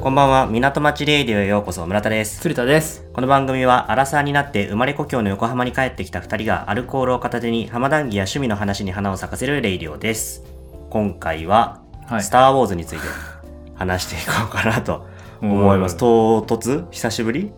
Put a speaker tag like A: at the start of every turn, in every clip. A: こんばんは、港町レイディオへようこそ、村田です。
B: 鶴田です。
A: この番組は、アラサーになって生まれ故郷の横浜に帰ってきた二人が、アルコールを片手に浜談義や趣味の話に花を咲かせるレイディオです。今回は、
B: はい
A: スターウォーズについて話していこうかなと思います。
B: ス
A: 唐突久しぶり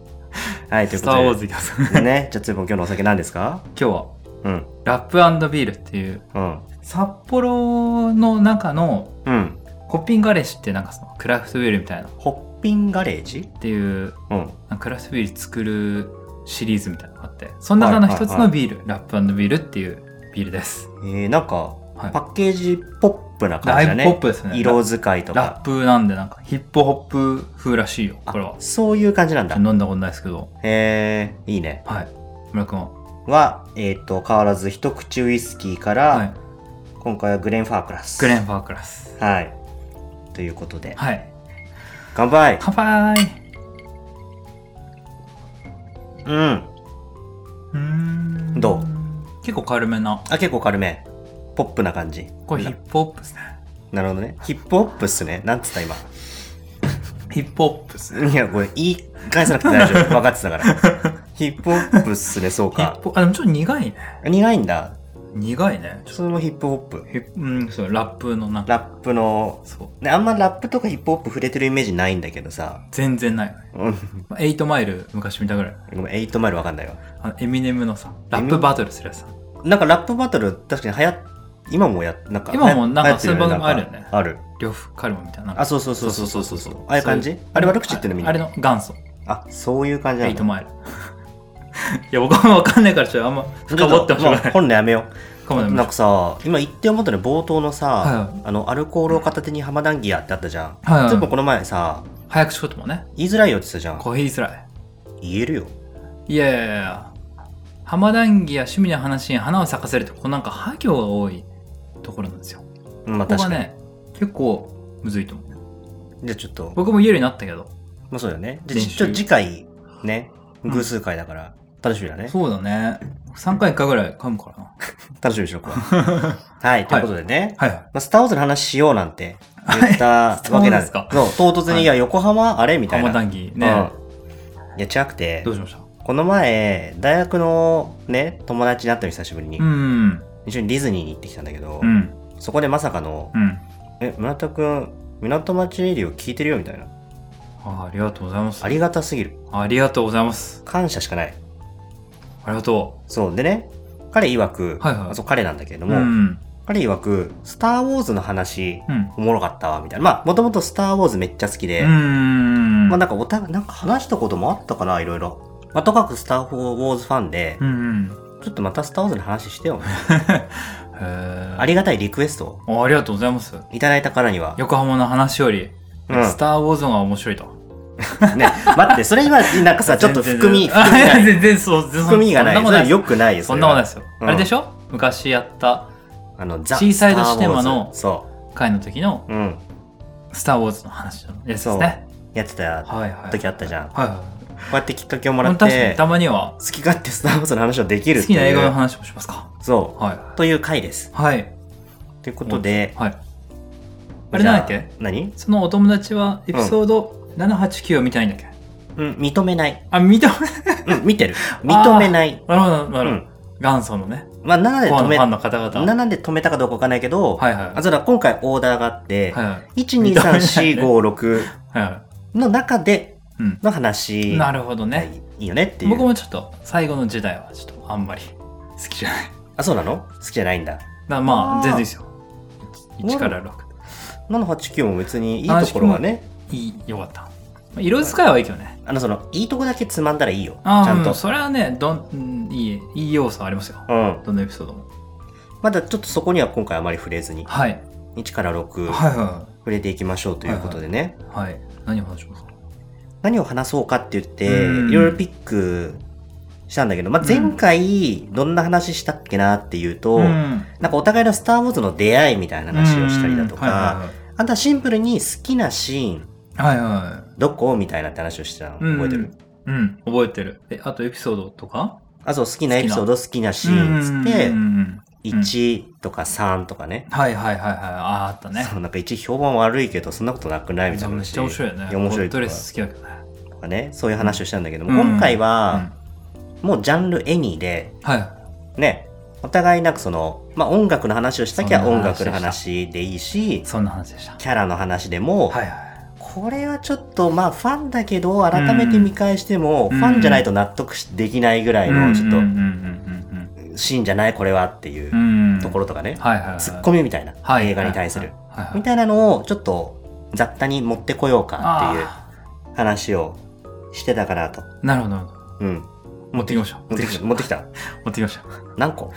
A: はい、ということ
B: タ
A: で。
B: ー・ウォーズいきます。今
A: ね、じゃあ、ついぼん今日のお酒何ですか
B: 日は
A: うん、
B: ラップビールっていう
A: うん、
B: 札幌の中の
A: うん。
B: ホッピングガレージってなんかそのクラフトビールみたいなっ
A: ホッピンガレージ
B: ていう
A: うん。
B: なんかクラフトビール作るシリーズみたいなのがあってその中の一つのビール、ラップビールっていうビールです。
A: えー、なんか、
B: はい
A: パッケージポップな感じだ
B: だ
A: ね。
B: いぶポップですね
A: 色使いと
B: ラ
A: か
B: ッ。プなんでなんかヒップホップ風らしいよこれは
A: あ。そういう感じなんだ。
B: 飲んだことないですけど
A: えー、いいね。
B: はい村君は
A: は、えっ、と、変わらず一口ウイスキーから、
B: はい
A: 今回はグレンファークラス。
B: グレンファークラス
A: はい。ということで、
B: はい
A: 乾杯
B: 乾杯
A: うん。
B: うーん
A: どう
B: 結構軽めな
A: あ、結構軽め。ポップな感じ。
B: これヒップホップですね。
A: なるほどね。ヒップホップっすね。なんつった今。
B: ヒップホップっすね。
A: いや、これ言い返さなくて大 丈夫。分かってたから。ヒップホップっすね、そう
B: ヒッ
A: か。
B: プあでもちょっと苦いね。
A: 苦いんだ。
B: 苦いね。ちょっ
A: それもヒップホップ
B: と。ヒップうんそうラップのなんか
A: ラップの、
B: そう
A: ね、あんまラップとかヒップホップ触れてるイメージないんだけどさ。
B: 全然ないよね。
A: うん。
B: まあエイトマイル昔見たぐらい。
A: ごめん、8マイル分かんないわ。
B: あのエミネムのさラッ
A: エ
B: プ
A: ミ
B: バトルするやつさ。
A: なんかラップバトル確かに流行っ今もやなんか
B: 今もなん
A: 流
B: か
A: 行ってよ
B: そういう番組あるよね
A: なんかある
B: 呂布カルマみたいな。
A: あそうそうそうそうそうそう
B: そうそうそう
A: ああいう感じあれ悪口言ってるのみん
B: あれ
A: な
B: の元祖
A: あそういう感じな
B: エ
A: の
B: イトマイル。 いや僕はわかんないからちょっとあんま深掘ってほ
A: ちょっと
B: しく
A: ま
B: な
A: あ
B: い。
A: 本来やめよ
B: かも
A: う
B: な
A: なん
B: い
A: か。さ今言って思ったの冒頭のさ、
B: はいはい
A: あのアルコールを片手に浜談義やってあったじゃん、
B: はいはい
A: ちょっとこの前さ
B: 早口言葉ね。
A: 言いづらいよって言ってたじゃん
B: コーヒーづら
A: 言えるよ
B: い。いやいやいや。浜談義や趣味の話に花を咲かせるとこうなんか破行が多いところなんですよ。
A: うんまあ
B: ここ
A: 確
B: が
A: かに、
B: ね結構むずいと思う
A: じゃあちょっと
B: 僕も言えるようになったけど
A: まあそうだよねじゃあ
B: 練
A: ち
B: 習
A: ょっと次回ね
B: うん
A: 偶数回だから、楽しみだね
B: そうだね3回1回ぐらい噛むからな
A: 楽しみにしようか はいということでね、
B: はい
A: まあ、スター・ウォーズの話しようなんて言ったわけなんです
B: はい
A: そう、唐突に、
B: はい
A: い、や、横浜あれみたい
B: 浜
A: な。
B: 談義ね、
A: うんいや、違くて
B: ど、うしました
A: この前、大学のね、友達に会ったの久しぶりに、
B: うん
A: 一緒にディズニーに行ってきたんだけど、
B: うん
A: そこでまさかの
B: う、ん
A: え、村田くん、港町レディオ聞いてるよみたいな。
B: あありがとうございます
A: ありがたすぎる。
B: ありがとうございます
A: 感謝しかない。
B: ありがと
A: そう、でね、彼曰く、
B: はいはい
A: あそう彼なんだけれど
B: う
A: も、
B: うん
A: 彼曰く、スター・ウォーズの話、
B: うん
A: おもろかったわ、みたいな。まあ、もともとスター・ウォーズめっちゃ好きで、
B: うん
A: まあなんかお互い、なんか話したこともあったかな、いろいろ。まあ、とかくスター・ウォーズファンで
B: う、ん
A: ちょっとまたスター・ウォーズの話してよ。
B: へえ
A: ありがたいリクエストを
B: あありがとうございます
A: いただいたからには。
B: 横浜の話より、
A: うん
B: スター・ウォーズの方が面白いと
A: ね、待って、それはなんかさ、ちょっと含み、
B: 全然
A: 含みない。
B: 全然そう全然
A: 含みがない。
B: そん
A: それ
B: なことな
A: はい良くないよ。
B: そんなことな
A: で
B: いですよ、
A: うん
B: あれでしょ昔やった
A: あの、ザ・
B: シーサイドシテマの
A: スターウォーズ
B: 回の時の
A: そう。うん。
B: 「スター・ウォーズ」の話のやつですね
A: やってたこ
B: はいはい
A: 時あったじゃん
B: はいはい、
A: うやってきっかけをもらっ
B: 確かに
A: て、
B: たまには
A: 好き勝手スター・ウォーズの話をできる
B: 好
A: って
B: き
A: いう。
B: な映画の話もしますか
A: そ
B: は
A: う。という回です
B: い。はい
A: ということで、
B: はいあれなんだっけ
A: じゃあ何
B: そのお友達はエピソード789を見たいんだっけ、
A: うん、認めない。
B: あ見た
A: うん、見てる。認めない。
B: なるほどな
A: う
B: るほど、
A: ん。
B: 元祖のね
A: まあ、7で
B: コア
A: 止
B: のフ
A: め
B: ァンの方々
A: 7で止めたかどうかわかんないけど、
B: はいはい
A: あそうだ今回オーダーがあって、
B: はいはい
A: 123456
B: はいは
A: の中で
B: いうん
A: の話
B: なるほど
A: が
B: ね、
A: いいよねっていう
B: 僕もちょっと最後の時代はちょっとあんまり好きじゃない
A: あそうなの好きじゃないんだ
B: なま
A: あー
B: あ全然いいですよ1から6
A: 789も別にいいところはね
B: いいよかったまあ色使いはいいけどね
A: あのそのいいとこだけつまんだらいいよち
B: あ
A: ゃ
B: あ
A: ん
B: も
A: と
B: うそれはねどんうんいいいい要素ありますよ
A: うん
B: どのエピソードも
A: まだちょっとそこには今回あまり触れずに
B: はい
A: 1から6
B: はいは
A: 触れていきましょうということでね、
B: いはい何を話しますか
A: 何を話そうかって言って
B: うん
A: いろいろピックしたんだけど、まあ、前回どんな話したっけなっていうと、
B: うん
A: なんかお互いの「スター・ウォーズ」の出会いみたいな話をしたりだと
B: うん
A: か、あとはシンプルに好きなシーン、
B: はいはいはいはい
A: どこみたいなって話をしてたの
B: うん
A: 覚えてる
B: うん覚えてるえあとエピソードとか
A: あ、そう、好きなエピソード、好きなシーンっつって
B: うん、
A: 1とか3とかね。
B: はいはいはいはい。あーあったね。
A: そうなんか1評判悪いけどそんなことなくないみたいな
B: めっ
A: 話
B: ちゃ面白いよね。
A: や面白い
B: ホットレス好きだけどね。
A: とかねそういう話をしたんだけども、
B: うん
A: 今回
B: うん
A: はもうジャンルエニーで
B: はい。
A: ねお互いなんかその、まあ、音楽の話をしたきゃ
B: そん
A: 音
B: な話
A: 楽の話でいいし
B: そんな話でした。
A: キャラの話でも、
B: はいはい。
A: これはちょっとまあファンだけど改めて見返しても、
B: うん
A: ファンじゃないと納得しできないぐらいのちょっ
B: うんうん
A: とシーンじゃないこれはってい
B: う
A: う
B: んうんうんうん。
A: ところとかね、
B: はいはいはい。
A: ツッコミみたいな、
B: はい
A: 映画に対する、。
B: はいはい
A: みたいなのをちょっと雑多に持ってこようかっていう
B: あ
A: 話をしてたかなと。
B: ーなるほどなるほど。
A: うん。
B: 持ってきました。
A: 持ってきた。持ってきた。
B: 持ってきました。
A: 何個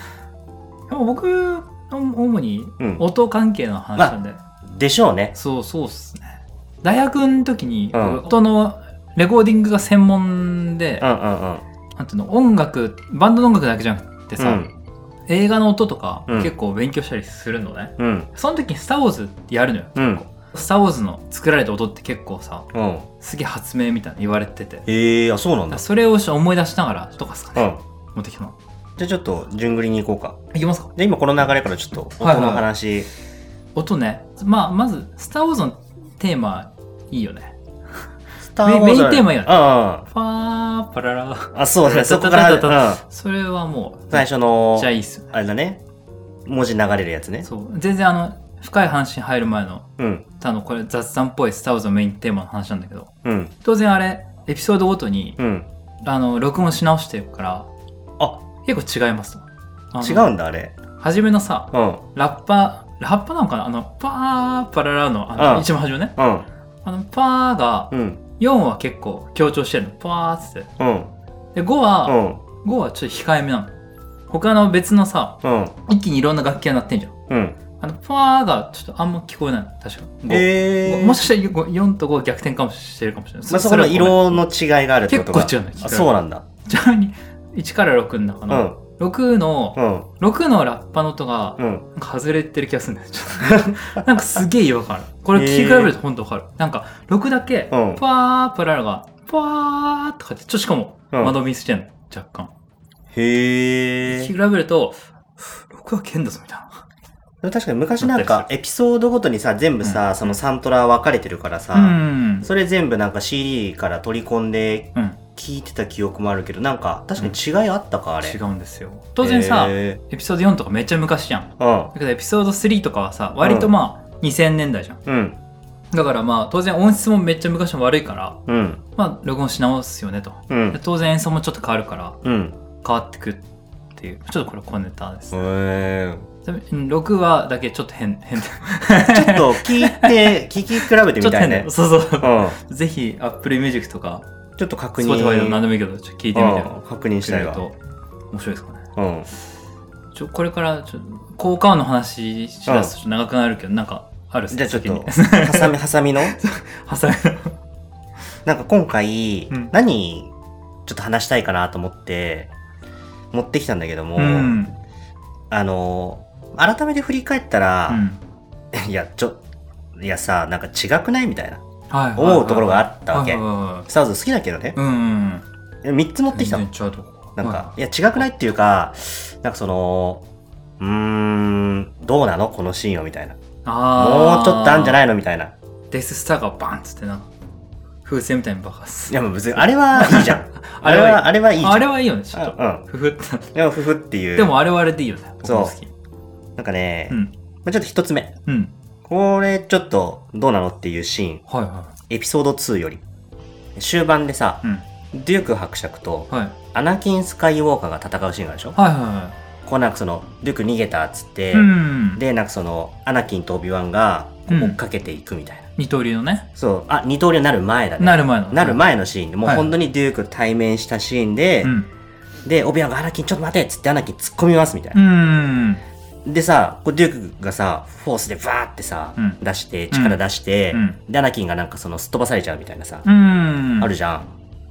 B: でも僕、主に
A: うん。
B: 音関係の話なんで。
A: でしょうね。
B: そうそうっすね。大学の時に、
A: うん
B: 音のレコーディングが専門で、
A: うんうんうん。
B: なんていうの、音楽、バンドの音楽だけじゃなくて
A: う
B: さ、
A: ん。
B: 映画の音とか、
A: うん
B: 結構勉強したりするのね。
A: うん。
B: その時に「スター・ウォーズ」ってやるのよ。
A: うん。
B: スター・ウォーズの作られた音って結構さ、
A: うん。
B: すげえ発明みたいな言われてて。だか
A: ええー、あ、そうなんだ
B: ら。それをちょっと思い出しながらとかですか
A: う
B: ね、
A: ん。
B: 持ってきたの。
A: じゃあちょっと順繰りに行こうか。
B: いきますか
A: で、今この流れからちょっと音
B: はいはい
A: の話。
B: 音ね。まあ、まず、スター・ウォーズのテーマ、いいよね。
A: スターウォーズ
B: メインテーマやん
A: うん
B: ファー、パララ。
A: うん。あ、そうだね。そこから
B: たたたた
A: うん、
B: それはもう、
A: 最
B: めっ
A: 初の
B: ちゃ、いいっすよね。
A: あれだね。文字流れるやつね。
B: そう。全然あの、深い話に入る前の、
A: うん。
B: あの、これ雑談っぽいスター・ウォーズのメインテーマの話なんだけど、
A: うん。
B: 当然あれ、エピソードごとに、
A: うん。
B: あの、録音し直してるから、
A: あ、
B: 結構違いますと。あの
A: 違うんだ、あれ。
B: 初めのさ、
A: うん。
B: ラッパー、ラッパなのかなあの、パーパララの、あ
A: う
B: の、
A: ん
B: 一番初めね。
A: うん。
B: あの、パーが、
A: うん。
B: 4は結構強調してるの。パーっつって。
A: うん。
B: で、5
A: う
B: は、
A: ん。
B: 5はちょっと控えめなの。他の別のさ、
A: うん。
B: 一気にいろんな楽器が鳴ってんじゃん。
A: うん。
B: あの、パーがちょっとあんま聞こえないの。確か。5
A: えー、
B: もしかしたら4と5逆転かもしれるかもしれない。
A: まあ、そこの
B: れはご
A: 色の違いがあるってことか
B: 結構違うね
A: あそうなんだ
B: めんちなみに1から6の中
A: う
B: の、
A: ん
B: 6の、
A: うん
B: 6のラッパの音が
A: う、ん
B: なんか外れてる気がするんだよ。ちょっと なんかすげえ違和感ある。これ聞き比べると本当わかる。なんか6だけ、パ
A: うん
B: ープラルが、パーとかって、ちょ、しかも
A: うん
B: 窓見してんの、若干。
A: へ
B: 聞
A: え
B: き比べると、6は剣だぞみたいな。
A: 確かに昔なんかエピソードごとにさ全部さ、
B: うん
A: そのサントラ分かれてるからさ、
B: うん。
A: それ全部なんか CD から取り込んで
B: うん。
A: 聞いてた記憶もあるけどなんか確かに違いあったかあれ、
B: 違うんですよ。当然さ、
A: へ
B: エピソード4とかめっちゃ昔じゃん。
A: ー
B: だけどエピソード3とかはさ割とまあ2000年代じゃん
A: うんうん
B: だからまあ当然音質もめっちゃ昔も悪いから
A: うん
B: まあ録音し直すよねと
A: う
B: で
A: ん
B: 当然演奏もちょっと変わるから
A: うん
B: 変わってくっていうちょっとこれ小ネタです、
A: へー
B: ちなみに6話だけちょっと変変ち
A: ちょっと聞い て聞き比べて
B: ょ
A: み
B: っと
A: たい
B: 変
A: ね
B: だそうそう
A: う、ん、
B: ぜひ Apple Music とか
A: ちょっと確認
B: Spotify でも何でもいいけどちょっと聞いてみて
A: うん確認し
B: く
A: た
B: れ
A: い
B: る
A: わ、
B: と面白いですかね
A: うん、
B: ちょこれからちょ効果音の話しだすとちょっと長くなるけど、なんかあるっす
A: じゃあちょっ
B: 先
A: と
B: に
A: ハサミハサミの
B: 挟める
A: なんか今回、
B: うん
A: 何ちょっと話したいかなと思って持ってきたんだけども、
B: うん
A: あの改めて振り返った
B: う
A: ら、
B: ん
A: いやちょいやさなんか違くないみたいな
B: はいはいはいはい
A: 思うところがあったわけ、
B: はいはいは
A: スターズ好きだけどね
B: い、うん
A: 3つ持ってきたの
B: 全然違うとこ
A: なんか
B: はい
A: や違くないっていうかなんかそのうーんどうなのこのシーンをみたいな
B: あ
A: もうちょっとあんじゃ
B: い
A: ないのみたいな
B: デススターがバンっつってな風船みたいに爆発す
A: い
B: る
A: やもう別にあれはいいじゃんあれはあれはいいじゃん
B: あれはいいよねちょっと
A: うん
B: ふふって
A: いやふふっていう
B: でもあれはあれでいいよね僕も好き
A: なんかね、
B: うん
A: まあちょっと一つ目
B: うん
A: これちょっとどうなのっていうシーン
B: はいは
A: エピソード2より終盤でさ
B: いうん
A: デューク伯爵と
B: はい
A: アナキン・スカイウォーカーが戦うシーンがあるでしょ
B: はいは
A: こうなんかそのデューク逃げたっつっ
B: い
A: て、
B: うん
A: でなんかそのアナキンとオビワンがこう
B: うん
A: 追っかけていくみたいな、
B: 二刀流のね
A: そうあ二刀流になる前だね
B: なる前の
A: なる前のシーンでもう
B: はい
A: 本当にデュークと対面したシーンで、
B: うん
A: でオビワンが「アナキンちょっと待て」っつってアナキン突っ込みますみたいな
B: う、ん
A: でさこうデュークがさフォースでバーってさ、
B: うん
A: 出して力出して、
B: うん
A: でアナキンがなんかそのすっ飛ばされちゃうみたいなさ、
B: うん
A: あるじゃん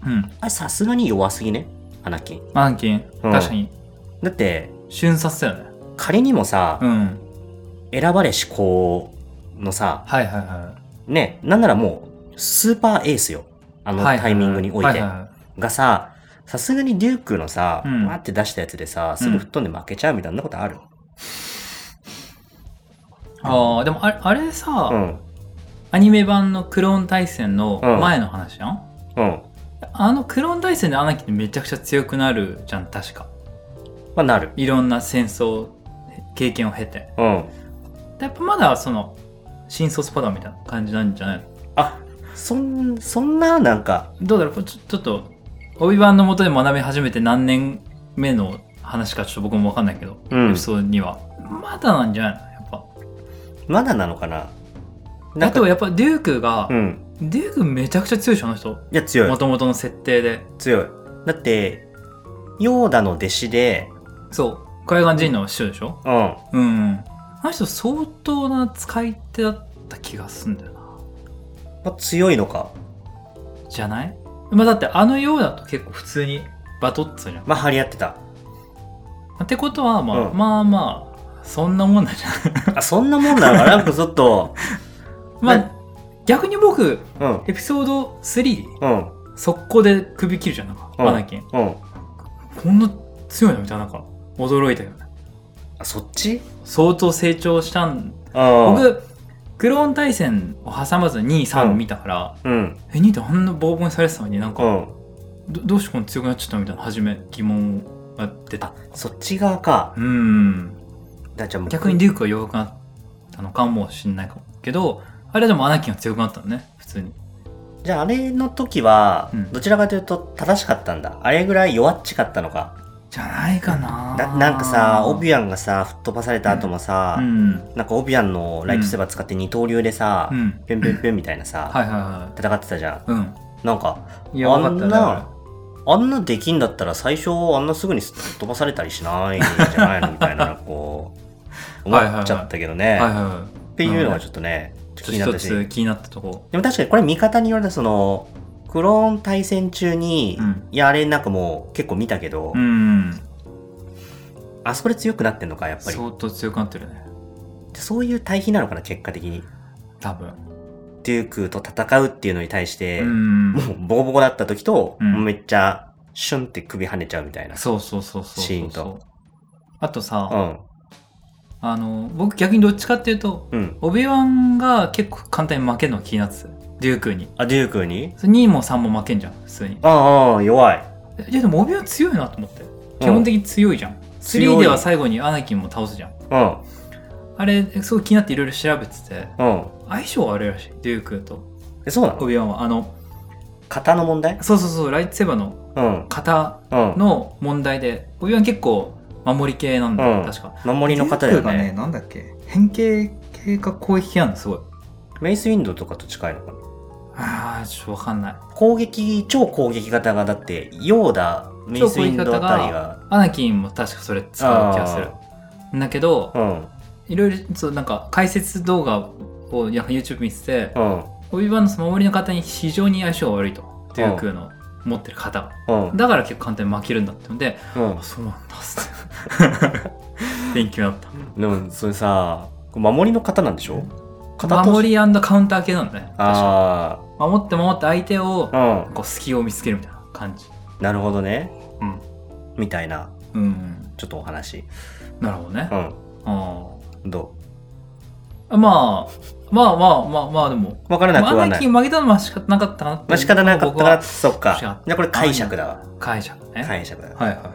B: うん
A: あれさすがに弱すぎねアナキン
B: マンキン
A: うん
B: 確かに
A: だって
B: 瞬殺だよね
A: 仮にもさ、
B: うん
A: 選ばれし子のさ
B: はいはいは
A: ねなんならもうスーパーエースよあ
B: い
A: の
B: はいはい
A: タイミングにおい
B: は
A: て
B: はは
A: がささすがにデュークのさ、
B: うん
A: わーって出したやつでさ
B: うん
A: すぐ吹っ飛んで負けちゃうみたいなことある、
B: ああでもあれあれさ、
A: うん。
B: アニメ版のクローン対戦の前の話じゃん、
A: うん。
B: あのクローン対戦でアナキンってめちゃくちゃ強くなるじゃん確か
A: まあ、なる。
B: いろんな戦争経験を経て
A: うん。
B: やっぱまだその新卒パターンみたいな感じなんじゃないの
A: あ、そん、そんな、なんか、
B: どうだろうこれちょちょっと帯番のもとで学び始めて何年目の話かちょっと僕も分かんないけど、
A: うん
B: エピソードにはまだなんじゃないのやっぱ
A: まだなのかなな
B: あ
A: んか
B: と、やっぱデュークが
A: う、ん。
B: デュークめちゃくちゃ強いでしょあの人
A: いや、強
B: も
A: い。
B: ともとの設定で
A: 強い。だって、ヨーダの弟子で、
B: そう海岸人の師匠でしょ
A: うん。
B: うんあの人相当な使い手だった気がすんだよな
A: まあ、強いのか。
B: じゃないまあだってあのようだと結構普通にバトってたじゃん
A: まあ、張り合ってた。
B: ってことはまあ、
A: うん
B: まあまあそんなもんなんじゃない
A: あ、そんなもんなのかな なんかちょっと、
B: ま
A: ね
B: あ逆に僕
A: うん。
B: エピソード3
A: うん。
B: 速攻で首切るじゃんなんか、
A: うん
B: アナキン
A: うん。
B: こんな強いのみたいななんか驚いたよね
A: あ、そっち
B: 相当成長したん
A: うん。、
B: 僕クローン対戦を挟まず23
A: うん
B: 見たから、
A: うん。
B: え2ってあんなボーボーにされてたのになんか、
A: うん。
B: どどうしてこんな強くなっちゃったみたいな初め疑問が出た
A: そっち側か。
B: うん
A: だじゃあもう
B: 逆にデュークが弱くなったのかもしんないかもけどあれはでもアナキンが強くなったのね普通に
A: じゃああれの時は
B: うん、
A: どちらかというと正しかったんだ。あれぐらい弱っちかったのか。
B: じゃないかな
A: だなんかさ、オ
B: ア
A: ビアンがさ、吹っ飛ばされた後もさ、
B: うん
A: なんかオビアンのライトセーバー使って二刀流でさ、
B: うん
A: ぴょんぴょんぴょんみたいなさ、
B: はいはいは
A: 戦ってたじゃん。
B: いうん
A: なんか、
B: 弱かったね
A: あんな
B: あ
A: あんなできんだったら最初あんなすぐにすっ飛ばされたりしないんじゃないのみたいな、こ う、思っちゃったけど
B: れ
A: ね。
B: はいはいはい
A: っていうのはちょっとね、ちょっと
B: ち
A: 気
B: ょ
A: に
B: っ
A: なっ
B: と
A: た
B: 一
A: し。
B: つ気になったとこ
A: でも確かにこれ味方によるとそのクローン対戦中に、
B: うん
A: いやあれなんかもう結構見たけど、
B: うん
A: あそこで強くなってんのかやっぱりそう
B: 相当強くなってるね
A: そういう対比なのかな結果的に
B: 多分
A: デュークと戦うっていうのに対して、
B: うん
A: もうボコボコだった時と、
B: うん
A: もうめっちゃシュンって首跳ねちゃうみたいな
B: そうそうそうそう
A: シ
B: そ
A: ーン
B: う
A: と
B: あとさ、
A: うん
B: あの僕逆にどっちかっていうと
A: うん
B: オビワンが結構簡単に負けるのが気になってたデュークに
A: あデュークに
B: それ2も3も負けんじゃん普通に
A: ああ弱い
B: いやでもオビワン強いなと思って基本的に強いじゃん、
A: 強
B: 3
A: い
B: では最後にアナキンも倒すじゃん
A: うん
B: あれすごい気になっていろいろ調べてて
A: うん
B: 相性悪いらしいデュークと
A: えそうな
B: オ
A: の
B: ビワンはあの
A: 型の問題
B: そうそうそうライトセーバーの
A: うん
B: 型
A: うん
B: の問題でオビワン結構守り系なんだよ、
A: うん
B: 確か
A: 守りの方だ
B: デ
A: よ
B: ュークがね
A: ね
B: なんだっけ変形系か攻撃系なんだすごい
A: メイスウィンドウとかと近いのかな
B: あーちょっとわかんない
A: 攻撃超攻撃型がだってヨーダメイスウィンドウあたりが
B: アナキンも確かそれ使う気がするんだけど
A: あー
B: いろいろそうなんか解説動画をなんか YouTube 見てて
A: うん
B: オビワンのその守りの方に非常に相性が悪いとデュークの持ってる方が
A: うんうん
B: だから結構簡単に負けるんだってので
A: うん
B: あそうなんだっす 勉強になっ
A: でもそれさ守りの型なんでしょ
B: た
A: 型
B: 守りカウンター系なんだね確か
A: あ
B: 守って守って相手を
A: あうん
B: こう隙を見つけるみたいな感じ
A: なるほどね
B: うん
A: みたいな
B: うん
A: ちょっとお話
B: なるほどね
A: う
B: あ
A: んど
B: ーまあまあまあまあまあでも
A: う分からな
B: まあ
A: くは
B: アナ
A: な
B: キ
A: い
B: ン負けたのは仕方なかったなって
A: まあ仕方なかっ
B: 僕
A: たら
B: は
A: そっか
B: 違う
A: じゃあこれ解釈だわ
B: 解釈ね、
A: 解釈だわ
B: はいはい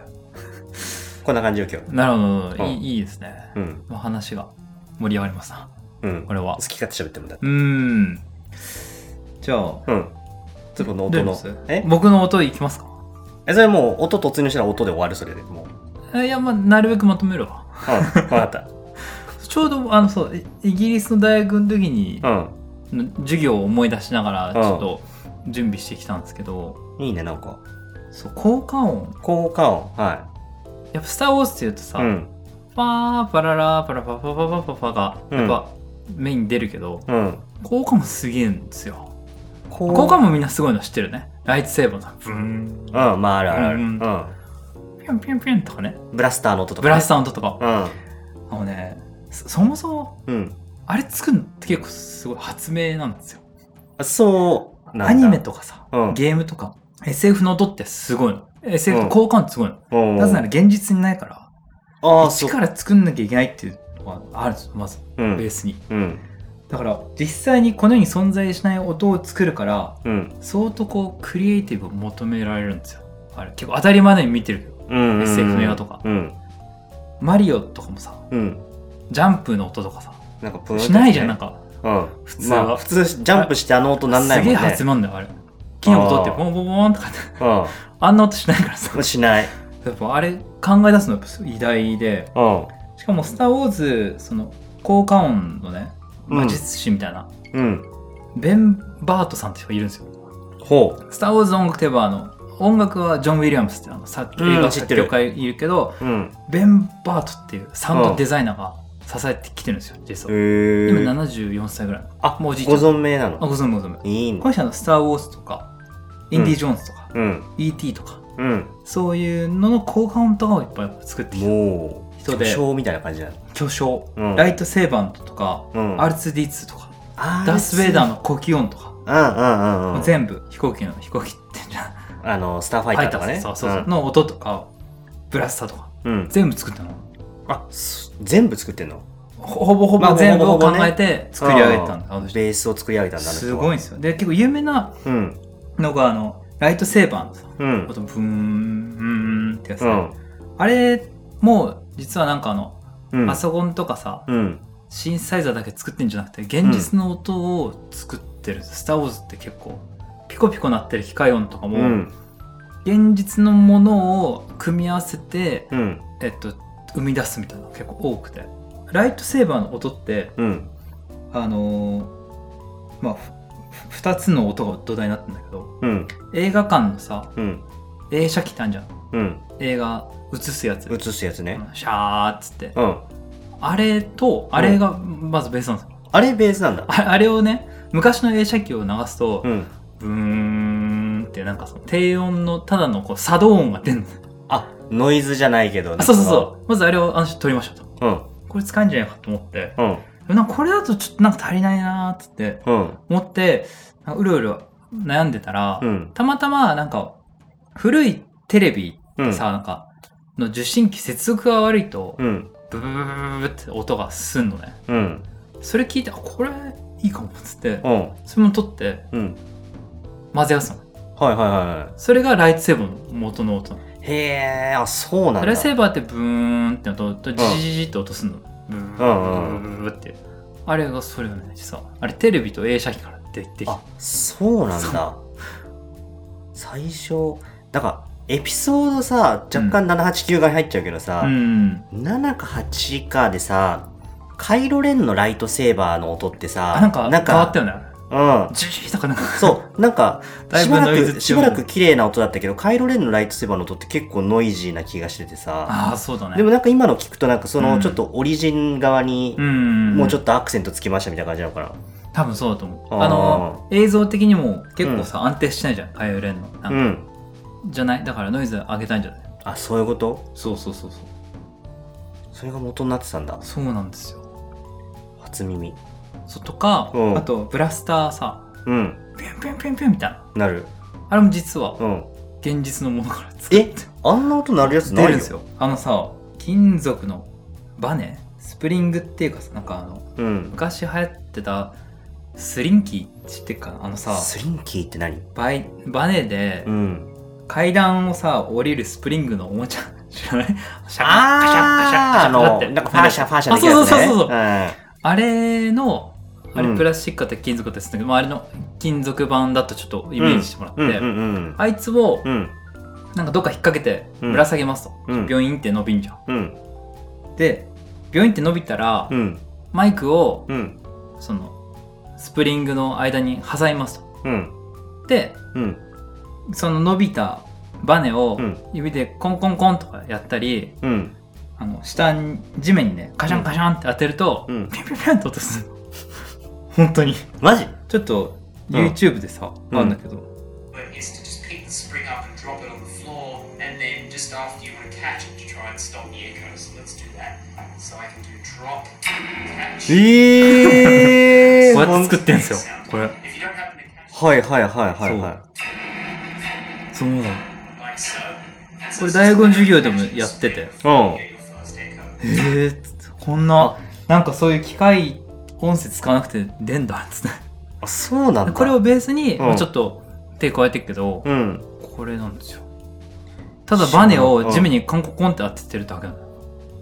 A: こんな感じよ今日
B: なるほど、
A: うん
B: いいいいですね、
A: うん
B: まあ、話が盛り上がりますな
A: うん
B: こ
A: 好
B: れは
A: き勝手喋ってもだって
B: うーんじゃあ
A: うんちょっとこの
B: ど
A: 音
B: う
A: の
B: します
A: え
B: 僕の音いきますか
A: えそれもう音突入したら音で終わるそれでもう
B: えいやまあなるべくまとめるわ
A: うん分かった
B: ちょうどあのそうイイギリスの大学の時に
A: う
B: 授業を思い出しながらち
A: うん
B: ょっと準備してきたんですけど、
A: ん。いいね、なんか。
B: そう効果音
A: 効果音。は
B: やっぱ「スター・ウォーズ」っていうと
A: い。
B: さ、
A: うん。
B: パーパララパラパパパパパパが
A: うん
B: やっぱメインに出るけど、
A: うん。
B: 効果音すげえんですよ
A: 効
B: 効果音もみんなすごいの知ってるねライトセーバーのブーン
A: うん、まあ、あるあるある。
B: うん
A: う
B: ピュンピュンピュンとかね
A: ん。ブラスターの音とか。
B: ブラスターの音とか
A: タ
B: あのねそそもそも
A: うん。うん。
B: あれ作るのって結構すごい発明なんですよ
A: あそうなんだ。
B: アニメとかさ、
A: うん
B: ゲームとか SF の音ってすごいの SF
A: うん
B: 効果音すごいの、
A: うん。
B: なぜなら現実にないから
A: ああ、
B: 一
A: そう。
B: から作んなきゃいけないっていうのがあるんですよまず
A: う
B: ベ
A: ん
B: ー。スに、
A: うん。
B: だから実際にこの世に存在しない音を作るから
A: うん。
B: 相当こうクリエイティブを求められるんですよあれ結構当たり前のように見てるけど
A: うん。
B: SF の映画とか
A: うん。
B: マリオとかもさ
A: うん。
B: ジャンプの音とかさ
A: なんかプーンって
B: しないじゃんなんか
A: うん。
B: 普通
A: ま
B: は、
A: あ、普通、ジャンプしてあの音なんないもんね。
B: すげえ発明なんだよあれ木の音ってボンボンボンとかってあんな音しないからさ
A: うん。しない。
B: やっぱあれ考え出すのやっぱ偉大で
A: うん。
B: しかも「スター・ウォーズ」その効果音のね
A: うん
B: 魔術師みたいな、
A: うん。
B: ベン・バートさんって人がいるんですよ
A: ほ
B: 「スター・ウォーズ」の音楽といえばあの音楽はジョン・ウィリアムスってあのさ
A: うん
B: 映画
A: 知っ
B: 作
A: てる
B: 曲家いるけど、
A: う。うん。
B: ベン・バートっていうサウン
A: う
B: ド
A: ん
B: デザイナーが支えてきてるんですよ実
A: へ
B: は、
A: え
B: 今74歳ぐらい
A: あ、
B: もうおじいちゃ
A: ご
B: んあ
A: 存命な
B: ご
A: の。
B: 存命ご存命
A: いいね
B: こ。の人はあの「スター・ウォーズ」とか「インディ・ジョーンズ」とか
A: うん。
B: 「E.T.」とか
A: うん。
B: そういうのの効果音とかをいっぱい作ってきて
A: もう、
B: 人で
A: 巨匠みたいな感じだ。
B: 巨匠、
A: うん
B: ライトセーバーとか、
A: うん。
B: R2D2 とか
A: あ
B: ダース・ベイダーの呼吸音とか、
A: うんうんうんうん。
B: 全部飛行機の飛行機ってじゃん
A: あの、スターファイターとかね。
B: そうそうそう、の音とかブラスターとか
A: うん。うん。
B: 全部作ったの
A: あ、す全部作ってんの
B: ほほぼほ
A: まあ
B: ぼ全部
A: ほ
B: を
A: ぼほぼ
B: 考
A: ね
B: えて作り上げたんだ、あの人
A: ベースを作り上げたんだ、あの
B: す
A: 人は
B: ごいんですよで結構有名な
A: うん。
B: のがあのライトセーバーのさ
A: うん。
B: 音ブーンブーンってやつ、
A: うん。
B: あれも実はなんかあの、
A: うん。
B: パソコンとかさ
A: うん。
B: シンセサイザーだけ作ってんじゃなくて現実の音を作ってるんです、スター・ウォーズって結構ピコピコ鳴ってる機械音とかも、
A: うん。
B: 現実のものを組み合わせて、
A: うん。
B: えっと、生み出すみたいなのが結構多くてライトセーバーの音って
A: うん。
B: あのーまあふ2つの音が土台になってんだけど
A: うん。
B: 映画館のさ
A: うん。
B: 映写機ってあるじゃん
A: うん。
B: 映画映すやつ
A: 映すやつね。
B: うんシャーっつって
A: うん。
B: あれとあれがまずベースなんですよ、
A: あれベースなんだ。
B: ああれをね昔の映写機を流すと、
A: うん。
B: ブーンってなんかその低音のただのこう作動音が出るの
A: あ、ノイズじゃないけどね。
B: あそうそうそうまずあれをあの人撮りましたと
A: う。うん。
B: これ使えんじゃないかと思って、
A: うん。
B: なんかこれだとちょっとなんか足りないなーっつって
A: うん。
B: 思って、なんかうろうろ悩んでたら、
A: うん。
B: たまたまなんか古いテレビ
A: うん。
B: さ、なんかの受信機接続が悪いと
A: う、ん。
B: ブブブブブって音がすんのね。
A: うん。
B: それ聞いて、あ、これいいかもっつって、
A: うん。
B: それも取って
A: うん。
B: 混ぜ合わせたの。
A: はいはいは
B: それがライトセーバーの元の音な
A: い。
B: の。
A: へえ、あ、そうなんだ。
B: ライトセーバーってブーンって音とジジジジって音すんの。ブーブーブーブーブーって。あれがそれをね、実は。あれテレビと映写機から出てきた
A: あ。、そうなんだ。最初、なんか、エピソードさ、若干789が入っちゃうけどさ、
B: うん。
A: 7か8かでさ、カイロレンのライトセーバーの音ってさ、
B: あなんか変わったよね。
A: うん。
B: ジジーとかなんか。
A: そう、なんか、
B: だい
A: し
B: ぶ
A: ばら
B: ノイズ強
A: く、
B: い
A: しばらく綺麗な音だったけど、カイロレンのライトセーバーの音って結構ノイジーな気がしててさ、
B: ああ、そうだね。
A: でもなんか今の聞くとなんかそうの
B: ん
A: ちょっとオリジン側に
B: う、ん。
A: もうちょ
B: っ
A: っとアクセントつきましたみたいな感じなのかな。
B: と。多分そうだと思う。
A: あー
B: あの、映像的にも結構さ、安定してないじゃん。カイオレンの。なんか
A: うん。
B: じゃないだからノイズ上げたいんじゃない
A: あ、そういうこと
B: そうそうそうそう。
A: それが元になってたんだ。
B: そうなんですよ。
A: 初耳。
B: そうとか
A: う、ん
B: あとブラスターさ、
A: うん。
B: ピュンピュンピュンピュンみたい
A: な
B: な。
A: る。
B: あれも実は
A: うん。
B: 現実のものから作って。
A: あんな音鳴るやつな
B: 出
A: い
B: る
A: よ。
B: んですよあのさ金属のバネスプリングっていうかさなんかあの
A: うん。
B: 昔流行ってたスリンキー知ってっかなあのさ
A: スリンキーって何
B: バイバネで
A: うん。
B: 階段をさ降りるスプリングのおもちゃ知らないシャ
A: あーあの、
B: って
A: なんかファーシャファーシャ
B: あ
A: でき
B: そう
A: る
B: そう
A: やつ
B: そ
A: ね。
B: うそうそう、
A: うん
B: あれのあ
A: う
B: れ
A: ん
B: プラスチックだって金属だってするんだけど、まあ、あれの金属版だとちょっとイメージしてもらって、
A: うんうん
B: あいつを
A: うん。うん。
B: なんかどっか引っ掛けて
A: うん
B: ぶら下げますと、
A: うん
B: 病院って伸びんじゃん
A: うん。
B: で病院って伸びたら、
A: うん。
B: マイクを
A: うん。
B: そのスプリングの間に挟みますと。
A: うん。
B: で
A: うん。
B: その伸びたバネを
A: うん
B: 指でコンコンコンとかやったり、
A: うん。
B: あの下に地面にねカシャンカシャンって当てると、
A: うん
B: ピュンピュンピュンって音するの本当に
A: マジ
B: ちょっと
A: うん
B: YouTube でさ、
A: うん
B: あるんだけど、
C: work is to just pick the spring up and drop it on the floor, and then just after you want to catch it to try and stop the echo. So let's do that. So I can do drop, catch.
A: え
B: こうやって作ってんすよこれ
C: If you don't happen to catch
A: はいはいはいはいはい。
B: そうなの
C: it like so, that's
B: これ大学の授業でもやってて
C: get your first echo.
B: えー、つってこんななんかそういう機械音声使わなくて出んだっつっ
A: あそうなん
B: て
A: だ
B: これをベースに、
A: うん
B: まあちょっと手加えてるけど、
A: うん
B: これなんですよただバネを地面にコンコンコンって当ててるだけなの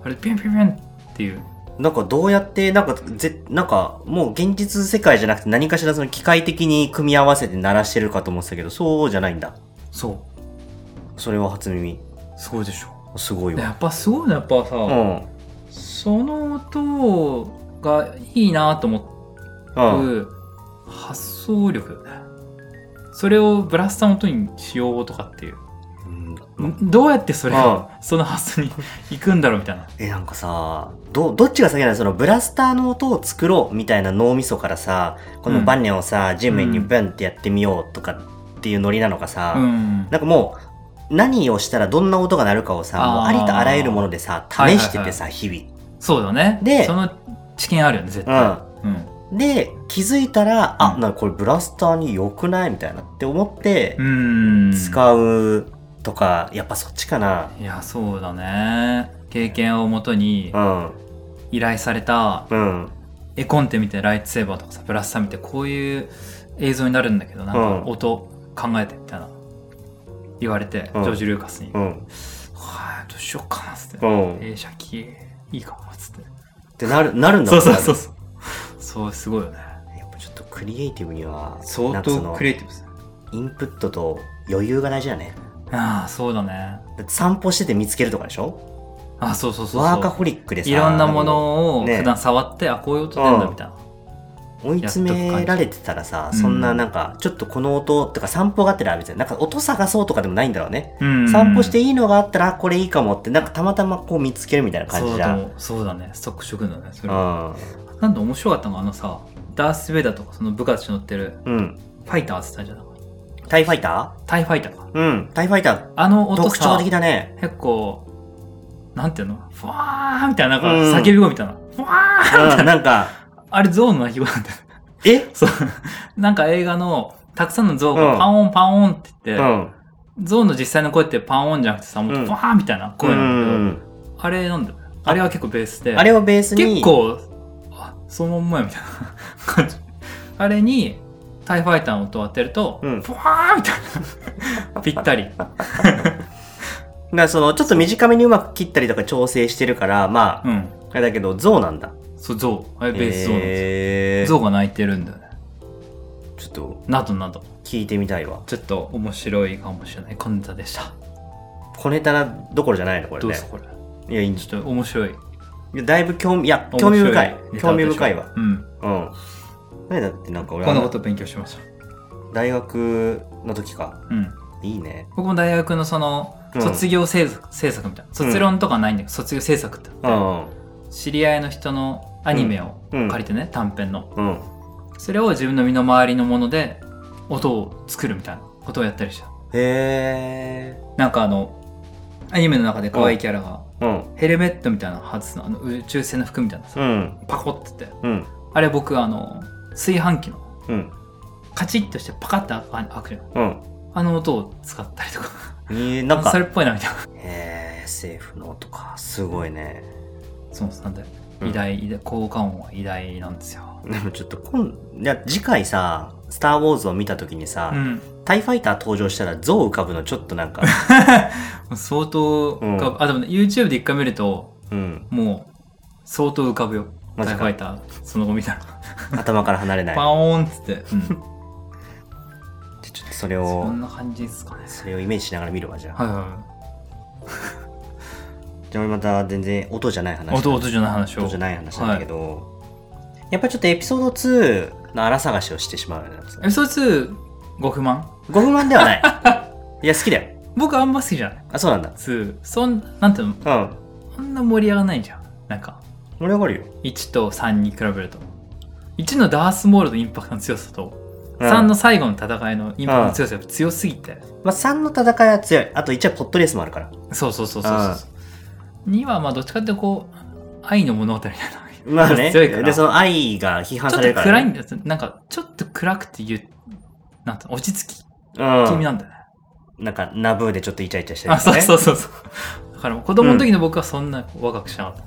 B: あれピュンピュンピュンっていう
A: なんかどうやってなんかぜなんかもう現実世界じゃなくて何かしらその機械的に組み合わせて鳴らしてるかと思ってたけどそうじゃないんだ
B: そ
A: それは初耳
B: うそうでしょ
A: すごい
B: でや
A: わ
B: っぱすごいねやっぱさ、
A: うん
B: その音がいいなと思って
A: うん
B: 発想力だよねそれをブラスターの音にしようとかっていう、
A: うん
B: どうやってそれ
A: うん
B: がその発想に行くんだろうみたいな
A: えなんかさどどっちが先なのそのブラスターの音を作ろうみたいな脳みそからさこのバネをさ、地面にブンってやってみようとかっていうノリなのかさ、
B: うん
A: なんかもう何をしたらどんな音が鳴るかをさ
B: あー
A: もうありとあらゆるものでさ試しててさ、日
B: そうだね
A: で
B: その知見あるよね絶対、
A: 々、
B: うん
A: うん、で気づいたら、あ
B: うん
A: なんかこれブラスターに良くないみたいなって思って
B: うん、
A: 使うとか、やっぱそっちかない
B: やそうだね経験をもとに
A: うん
B: 依頼された
A: うん
B: 絵コンテ見てライトセーバーとかさブラスター見てこういう映像になるんだけどなん
A: うん
B: か音考えてみたいな言われて、
A: うん
B: ジョージ・ルーカスに
A: うん
B: はい、どうしようかなっつって。
A: うん
B: 映写機いいかもっつって。
A: ってなるなるんだもんね
B: そう。そう、すごいよね。
A: やっぱちょっとクリエイティブには
B: 相
A: なんかそ
B: 当
A: の
B: クリエイティブですね。
A: インプットと余裕が大事だね
B: ああ、そうだね。
A: だって散歩してて見つけるとかでしょ
B: ああ、そうそうそうそう。
A: ワーカホリックでさ
B: いろんなものを
A: ね
B: 普段触って、あ、こういう音出るんだ
A: うん
B: みたいな。
A: 追い詰められてたらさそんななんかちょっとこの音とか散歩があってらみたいななんか音探そうとかでもないんだろうね、
B: うん
A: 散歩して
B: い
A: いいのがあったらあこれいいかもってなんかたまたまこう見つけるみたいな感
B: そ
A: じ
B: う
A: じ
B: だ
A: ゃ
B: と
A: ん
B: 思うそうだね。ストック食のね。それ
A: うん
B: なんで面白かったのがあのさ、ダース・ベイダーとかその部活乗ってる
A: うん
B: ファイターって言ったじゃん。
A: タイファイタ
B: タイファイターか。
A: ーうんタイファイター
B: あの音
A: 特徴
B: さ、
A: 的だね
B: 結構、なんていうのふわーみたいな、なんか
A: うん
B: 叫び声みたいな。ふわー
A: うんなんか
B: あれゾウの鳴き声なんだよ。
A: え
B: そう。なんか映画の、たくさんのゾウが
A: うん
B: パンオンパンオンって言
A: う
B: って、
A: ん
B: ゾウの実際の声ってパンオンじゃなくてさ、も
A: う
B: っ
A: ん
B: とパーンみたいな
A: う
B: 声なんだ
A: ん
B: けど、あれなんだよ。あれは結構ベースで、
A: あれをベースに
B: 結構、あ、そのまんまやみたいな感じ。あれに、タイファイターの音を当てると、
A: うん
B: ふわーみたいな。 ぴったり。
A: だからそのちょっと短めにうまく切ったりとか調整してるからまあ、
B: うん。
A: あれだけど象なんだ
B: そう、ゾウ。あれベースゾウなんですよ。
A: へー
B: ゾウが鳴いてるんだよね。
A: ちょっと
B: などなど。
A: 聞いてみたいわ
B: ちょっと面白いかもしれない。コンタでした。
A: 小ネタなどころじゃないのこれ
B: どう
A: ね
B: ぞこれ。
A: いやいいんじ
B: ちょっと面白い。
A: ゃだいぶ興味いや興味深い興味深いわ
B: うん。
A: うん何だってなんか俺
B: こんなこ
A: は
B: と勉強しました。
A: 大学の時か
B: うん。
A: いいね
B: 僕も大学のその
A: うん
B: 卒業制作,、制作みたいな卒論とかないんだけど、卒業制作って
A: うん
B: 知り合いの人のアニメを
A: うん
B: 借りてね、短編の
A: うん
B: それを自分の身の回りのもので音を作るみたいなことをやったりした
A: へえ
B: なんかあのアニメの中で可愛いキャラが
A: うん
B: ヘルメットみたいなの外すのあの宇宙船の服みたいなさ
A: うん
B: パコってって
A: うん
B: あれ僕あの炊飯器の
A: うん
B: カチッとしてパカッて開く開くじゃ
A: う
B: ん
A: ん
B: あの音を使ったりとか
A: えなんか
B: それっぽいなみたいな
A: へえ SF のとかすごいね
B: そうなんだよ、
A: うん
B: 偉大偉大効果音は偉大なんですよ
A: でもちょっと今いや次回さ「スター・ウォーズ」を見た時にさ、
B: うん
A: タイファイター登場したら象浮かぶのちょっと なんか
B: 相当浮かぶ、
A: う
B: あでもね YouTube で一回見ると
A: うん
B: もう相当浮かぶよ「
A: マジ
B: タイ
A: か
B: ファイター」その後見たら
A: 頭から離れない
B: パオーンっつって、うん、
A: でちょっとそれ
B: そ
A: を
B: んな感じですかね
A: それをイメージしながら見るわじゃあ、
B: はいはいは
A: じゃあまた全然音じゃない
B: い
A: 話
B: 音音じゃない話を
A: 音じゃない話なんだけど、やっぱりちょっとエピソード2の荒探しをしてしまうよね
B: エピソード25不満
A: 5分満では ないいや好きだよ
B: 僕あんま好きじゃない
A: あそうなんだ
B: 2そんなんていうの
A: うん
B: そんな盛り上がらないじゃんなんか
A: 盛り上がるよ、
B: 1と3に比べると1のダースモールのインパクトの強さと
A: うん
B: 3の最後の戦いのインパクトの強さが強すぎて、
A: まあ、3の戦いは強いあと1はポットレースもあるから
B: そうそうそうそうそう2はまあどっちかっていうとこう愛の物語みたいな
A: まあね
B: 強いから
A: でその愛が批判
B: ちょ
A: さ
B: っ
A: れ
B: と
A: るから、
B: 暗いん
A: ね、
B: だよなんかちょっと暗くて言うなんて落ち着き
A: 暗
B: 気味
A: う
B: なんだよね、
A: ん、なんかナブーでちょっとイチャイチャしてる
B: あ
A: とか
B: そう
A: ね
B: そうそうそうだから子供の時の僕はそんな若くしなかった、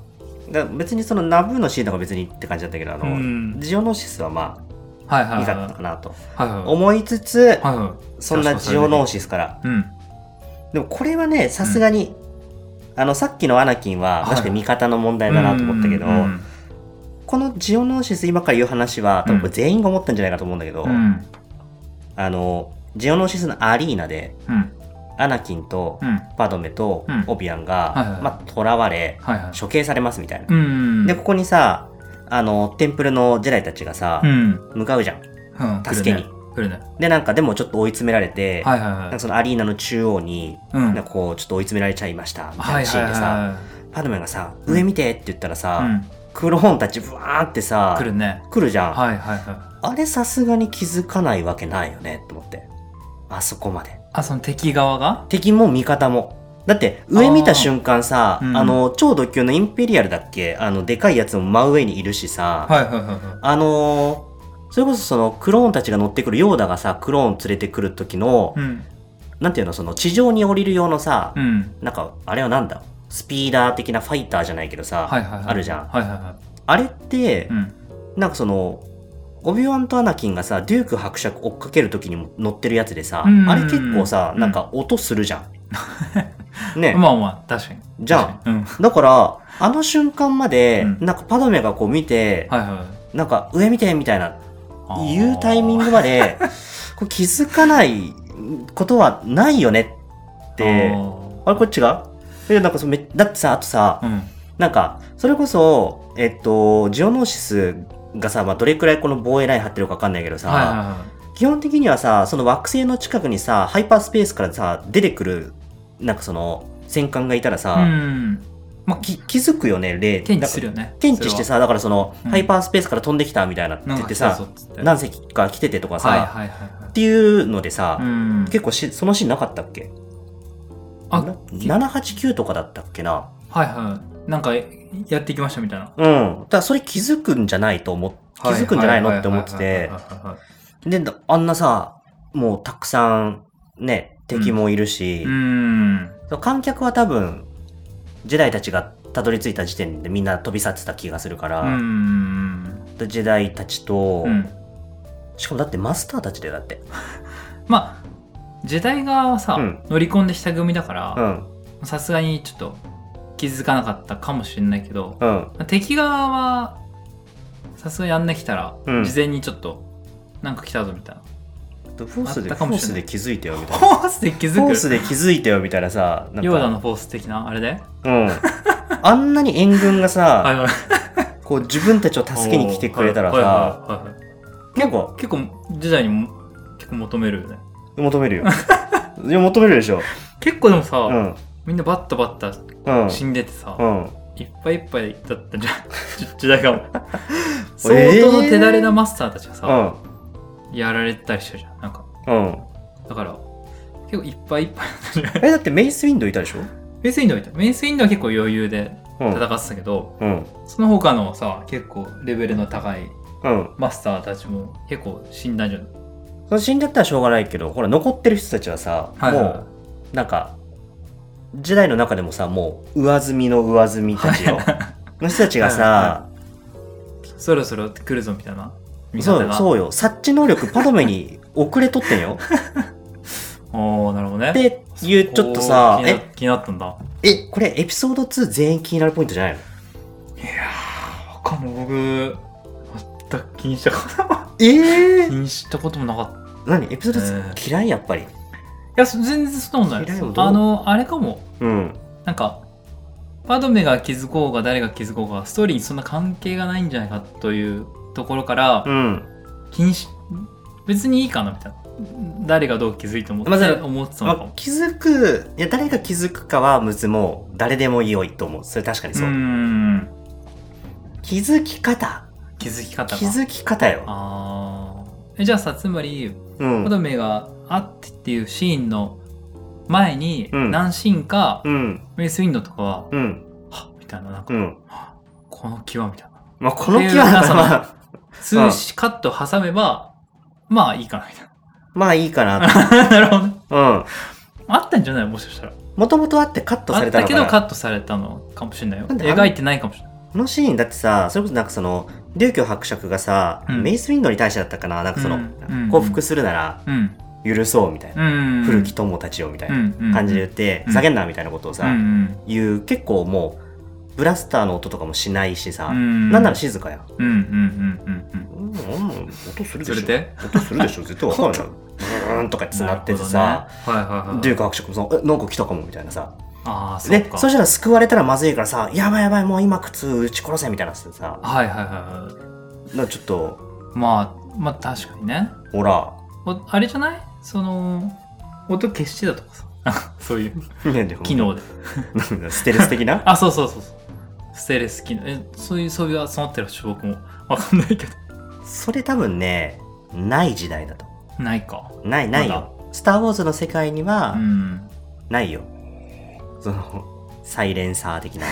A: だから別にそのナブーのシーンとか別にって感じだったけどあの、
B: うん
A: ジオノシスはま
B: はいはい
A: あ
B: はい
A: い
B: はい
A: かったかなと
B: はいはい
A: 思いつつ、
B: はいはい
A: そんなジオノーシスから
B: うん
A: でもこれはねさすがに、あのさっきのアナキンは
B: はい
A: 確かに味方の問題だなと思ったけど、
B: うんうん
A: このジオノーシス今から言う話は多分これ全員が思ったんじゃないかと思うんだけど、
B: うん
A: あのジオノーシスのアリーナで
B: うん
A: アナキンと
B: うん
A: パドメと
B: うん
A: オビアン
B: はいはいは
A: が
B: い
A: まあ囚われ
B: はいはい
A: 処刑されますみたいな。
B: うん
A: でここにさあのテンプルのジェダイたちがさ、
B: うん
A: 向かうじゃん。
B: うん
A: 助けに
B: 来るね来るね
A: でなんかでもちょっと追い詰められて、
B: はいはい
A: なん
B: は
A: か
B: い
A: そのアリーナの中央に、
B: うん
A: なんかこうちょっと追い詰められちゃいましたみたい
B: は
A: ないシーンでさ、
B: は
A: パドメがさ「上見て」って言ったら
B: い
A: さ、
B: はいうん
A: クローンたちブワーンってさ
B: 来るね
A: 来るじゃん、
B: はいはいはい
A: あれさすがに気づかないわけないよねと思ってあそこまで
B: あその敵側が
A: 敵も味方もだって上見た瞬間さ
B: あ
A: あ、
B: ーうん
A: の超ド級のインペリアルだっけあのでかいやつも真上にいるしさ、
B: はいはいはいは
A: あのーそれこそそのクローンたちが乗ってくるヨーダがさクローン連れてくる時の、
B: いうん
A: なんていうのその地上に降りる用のさ、
B: うん
A: なんかあれはなんだスピーダー的なファイターじゃないけどさ、
B: はいはいはい
A: あるじゃん
B: はいはいは
A: あれって、
B: いうん
A: なんかその、オビワンとアナキンがさ、デューク伯爵追っかけるときにも乗ってるやつでさ、
B: うんうんうん
A: あれ結構さ、
B: うん
A: なんか音するじゃ ん。ね。
B: まあまあ確かに
A: じゃ
B: うん
A: だから、あの瞬間まで、
B: うん
A: なんかパドメがこう見て、
B: はいはい
A: なんか上見てみたいな、
B: あー
A: 言うタイミングま で、これ気づかないことはないよねって
B: あ、ー
A: あれこっちがえ、なんかそのめだってさ、あとさ、
B: うん
A: なんか、それこそ、えっと、ジオノーシスがさ、まあ、どれくらいこの防衛ライン張ってるかわかんないけどさ、
B: はいはいは
A: 基本的にはさその惑星の近くにさハイパースペースからさ出てくるなんかその戦艦がいたらさ、
B: いうんまあ
A: き気づくよね例
B: 検知するよね
A: 検知してさだからその、
B: うん
A: ハイパースペースから飛んできたみたいなって
B: それ
A: 言ってさ
B: はなんか来たぞっつって
A: 何隻か来ててとかさ、
B: はいはいはい
A: っていうのでさ、
B: はいうん
A: 結構しそのシーンなかったっけ
B: あ
A: な789とかだったっけな
B: はいはいなんかやってきましたみたいな
A: うんだからそれ気づくんじゃないと思っ気づくんじゃないのって思ってて
B: はいはいはいはいはいはい
A: であんなさもうたくさんね敵もいるし、
B: うん
A: 観客は多分ジェダイたちがたどり着いた時点でみんな飛び去ってた気がするから、
B: うん
A: ジェダイたちと、
B: うん
A: しかもだってマスターたちだよだって
B: まあ時代側はさ、
A: うん
B: 乗り込んできた組だか
A: う
B: ら
A: ん
B: さすがにちょっと気づかなかったかもしれないけど、
A: うん
B: 敵側はさすがにやんできたら、
A: うん
B: 事前にちょっとなんか来たぞみたい な
A: フォースで
B: あった
A: フ
B: か
A: ォ
B: も
A: ー
B: し
A: スで
B: れない
A: 気づいてよみたい
B: フ
A: な
B: ォースで気づ
A: フォー
B: く
A: スで気づいてよみたいなさなんか
B: ヨーダのフォース的なあれで
A: うんあんなに援軍が
B: はい
A: さ
B: はい
A: こう自分たちを助けに来てくれたら
B: はい
A: さ
B: はいはいはい
A: 結構
B: 結構時代にも結構求めるよね
A: 求めるよいや求めるでしょ
B: 結構でもさ、
A: うん
B: みんなバッタバッタ
A: うん
B: 死んでてさ、
A: うん
B: いっぱいいっぱいだったじゃん 時代が もう相
A: えー
B: 当の手だれなマスターたちがさ、
A: うん
B: やられたりしてるじゃんなんか
A: うん
B: だから結構いっぱいいっぱいだったじゃん
A: えだってメイスウィンドウいたでしょ
B: メイスインドはいたメイスインドは結構余裕で
A: うん
B: 戦ってたけど、
A: うん
B: その他のさ結構レベルの高い
A: うん
B: マスターたちも結構死んだんじゃん
A: その死んじゃったらしょうがないけどほら残ってる人たちはさ、
B: はいはいはい
A: もうなんか時代の中でもさもう上積みの上積みたちよの人たちがさ、
B: そろそろ来るぞみたいな見
A: そ
B: 方
A: うよ
B: が
A: そうよ察知能力パドメに遅れとってん よ
B: おおなるほどね
A: っていうちょっとさ
B: おー気にな
A: え
B: 気になったんだ
A: えこれエピソード2全員気になるポイントじゃないの
B: わかんない僕全く気にしたこと
A: え
B: 気にしたこともなかった
A: 何エピソード2、
B: え
A: 嫌いやっぱり
B: いや、そ全然そんなことないで
A: 嫌い
B: す
A: よ。どう
B: あの、あれかも。
A: うん
B: なんか、パドメが気づこうが誰が気づこうが、ストーリーにそんな関係がないんじゃないかというところから
A: う、ん
B: 気にし、別にいいかなみたいな。誰がどう気づいてもって
A: まあ
B: 思ってたのか
A: まあ
B: も。
A: 気づくいや誰が気づくかはむずもう誰でも良いと思うそれ確かに
B: う
A: そう、
B: ん。
A: 気づき方
B: 気づき方が。
A: 気づき方よ
B: あーえじゃあさ、つまり、
A: うん
B: パドメがあってっていうシーンの前に、
A: うん
B: 何シーンか、
A: うん、
B: メイスウィンドウとかは、
A: うん、
B: はっみたいな、なん
A: う
B: か、
A: ん。
B: この際みたいな。
A: まあ、この気は、
B: っていう
A: まあ、
B: 数詞カット挟めば、まあいいかなみたい
A: まあいいか な
B: な。なるほどね。
A: と。うん。
B: あったんじゃないもしかしたら。
A: もともとあってカットさ
B: あっ
A: れた
B: た
A: の
B: け
A: か
B: ど
A: な。
B: カットされたのかもしれないよ。
A: なんであん
B: 描いてないかもしれない。
A: このシーンだってさそれこそなんかその琉球伯爵がさ、
B: うん
A: メイス・ウィンドウに対してだったかななんかその、
B: うんうん
A: 降伏するなら
B: うん
A: 許そうみたいな、
B: うん
A: 古き友たちよみたいな感じで言って、
B: うん
A: 叫んだみたいなことをさ、
B: うん
A: 言う結構もうブラスターの音とかもしないしさ、
B: うん
A: なんなら静かやん、
B: うんうんうんうんうん
A: うん、うん音するで
B: そ
A: し
B: れ
A: ょ
B: で
A: 音するでしょ絶対わか んないブーンとかってなってて
B: な
A: さ、
B: るほどねはいはいはい
A: デューク伯爵もさ「えなんか来たかも」みたいなさ
B: ああそっ
A: ね
B: か
A: そしたら救われたらまずいからさ「やばいやばいもう今靴打ち殺せ」みたいなささ
B: はいはいはいは
A: なんかちょっと
B: いまあまあ確かにね
A: 「ほら
B: おあれじゃないその音消してたとかさ そういう」
A: ねでも
B: 機能で
A: なん だステルス的な
B: あそうそうそうそうステレス機能えそういう装備が備わってるし僕もわかんないけど
A: それ多分ねない時代だと
B: ないか
A: ないない
B: ま
A: よ「スター・ウォーズ」の世界には
B: うん
A: ないよそのサイレンサー的な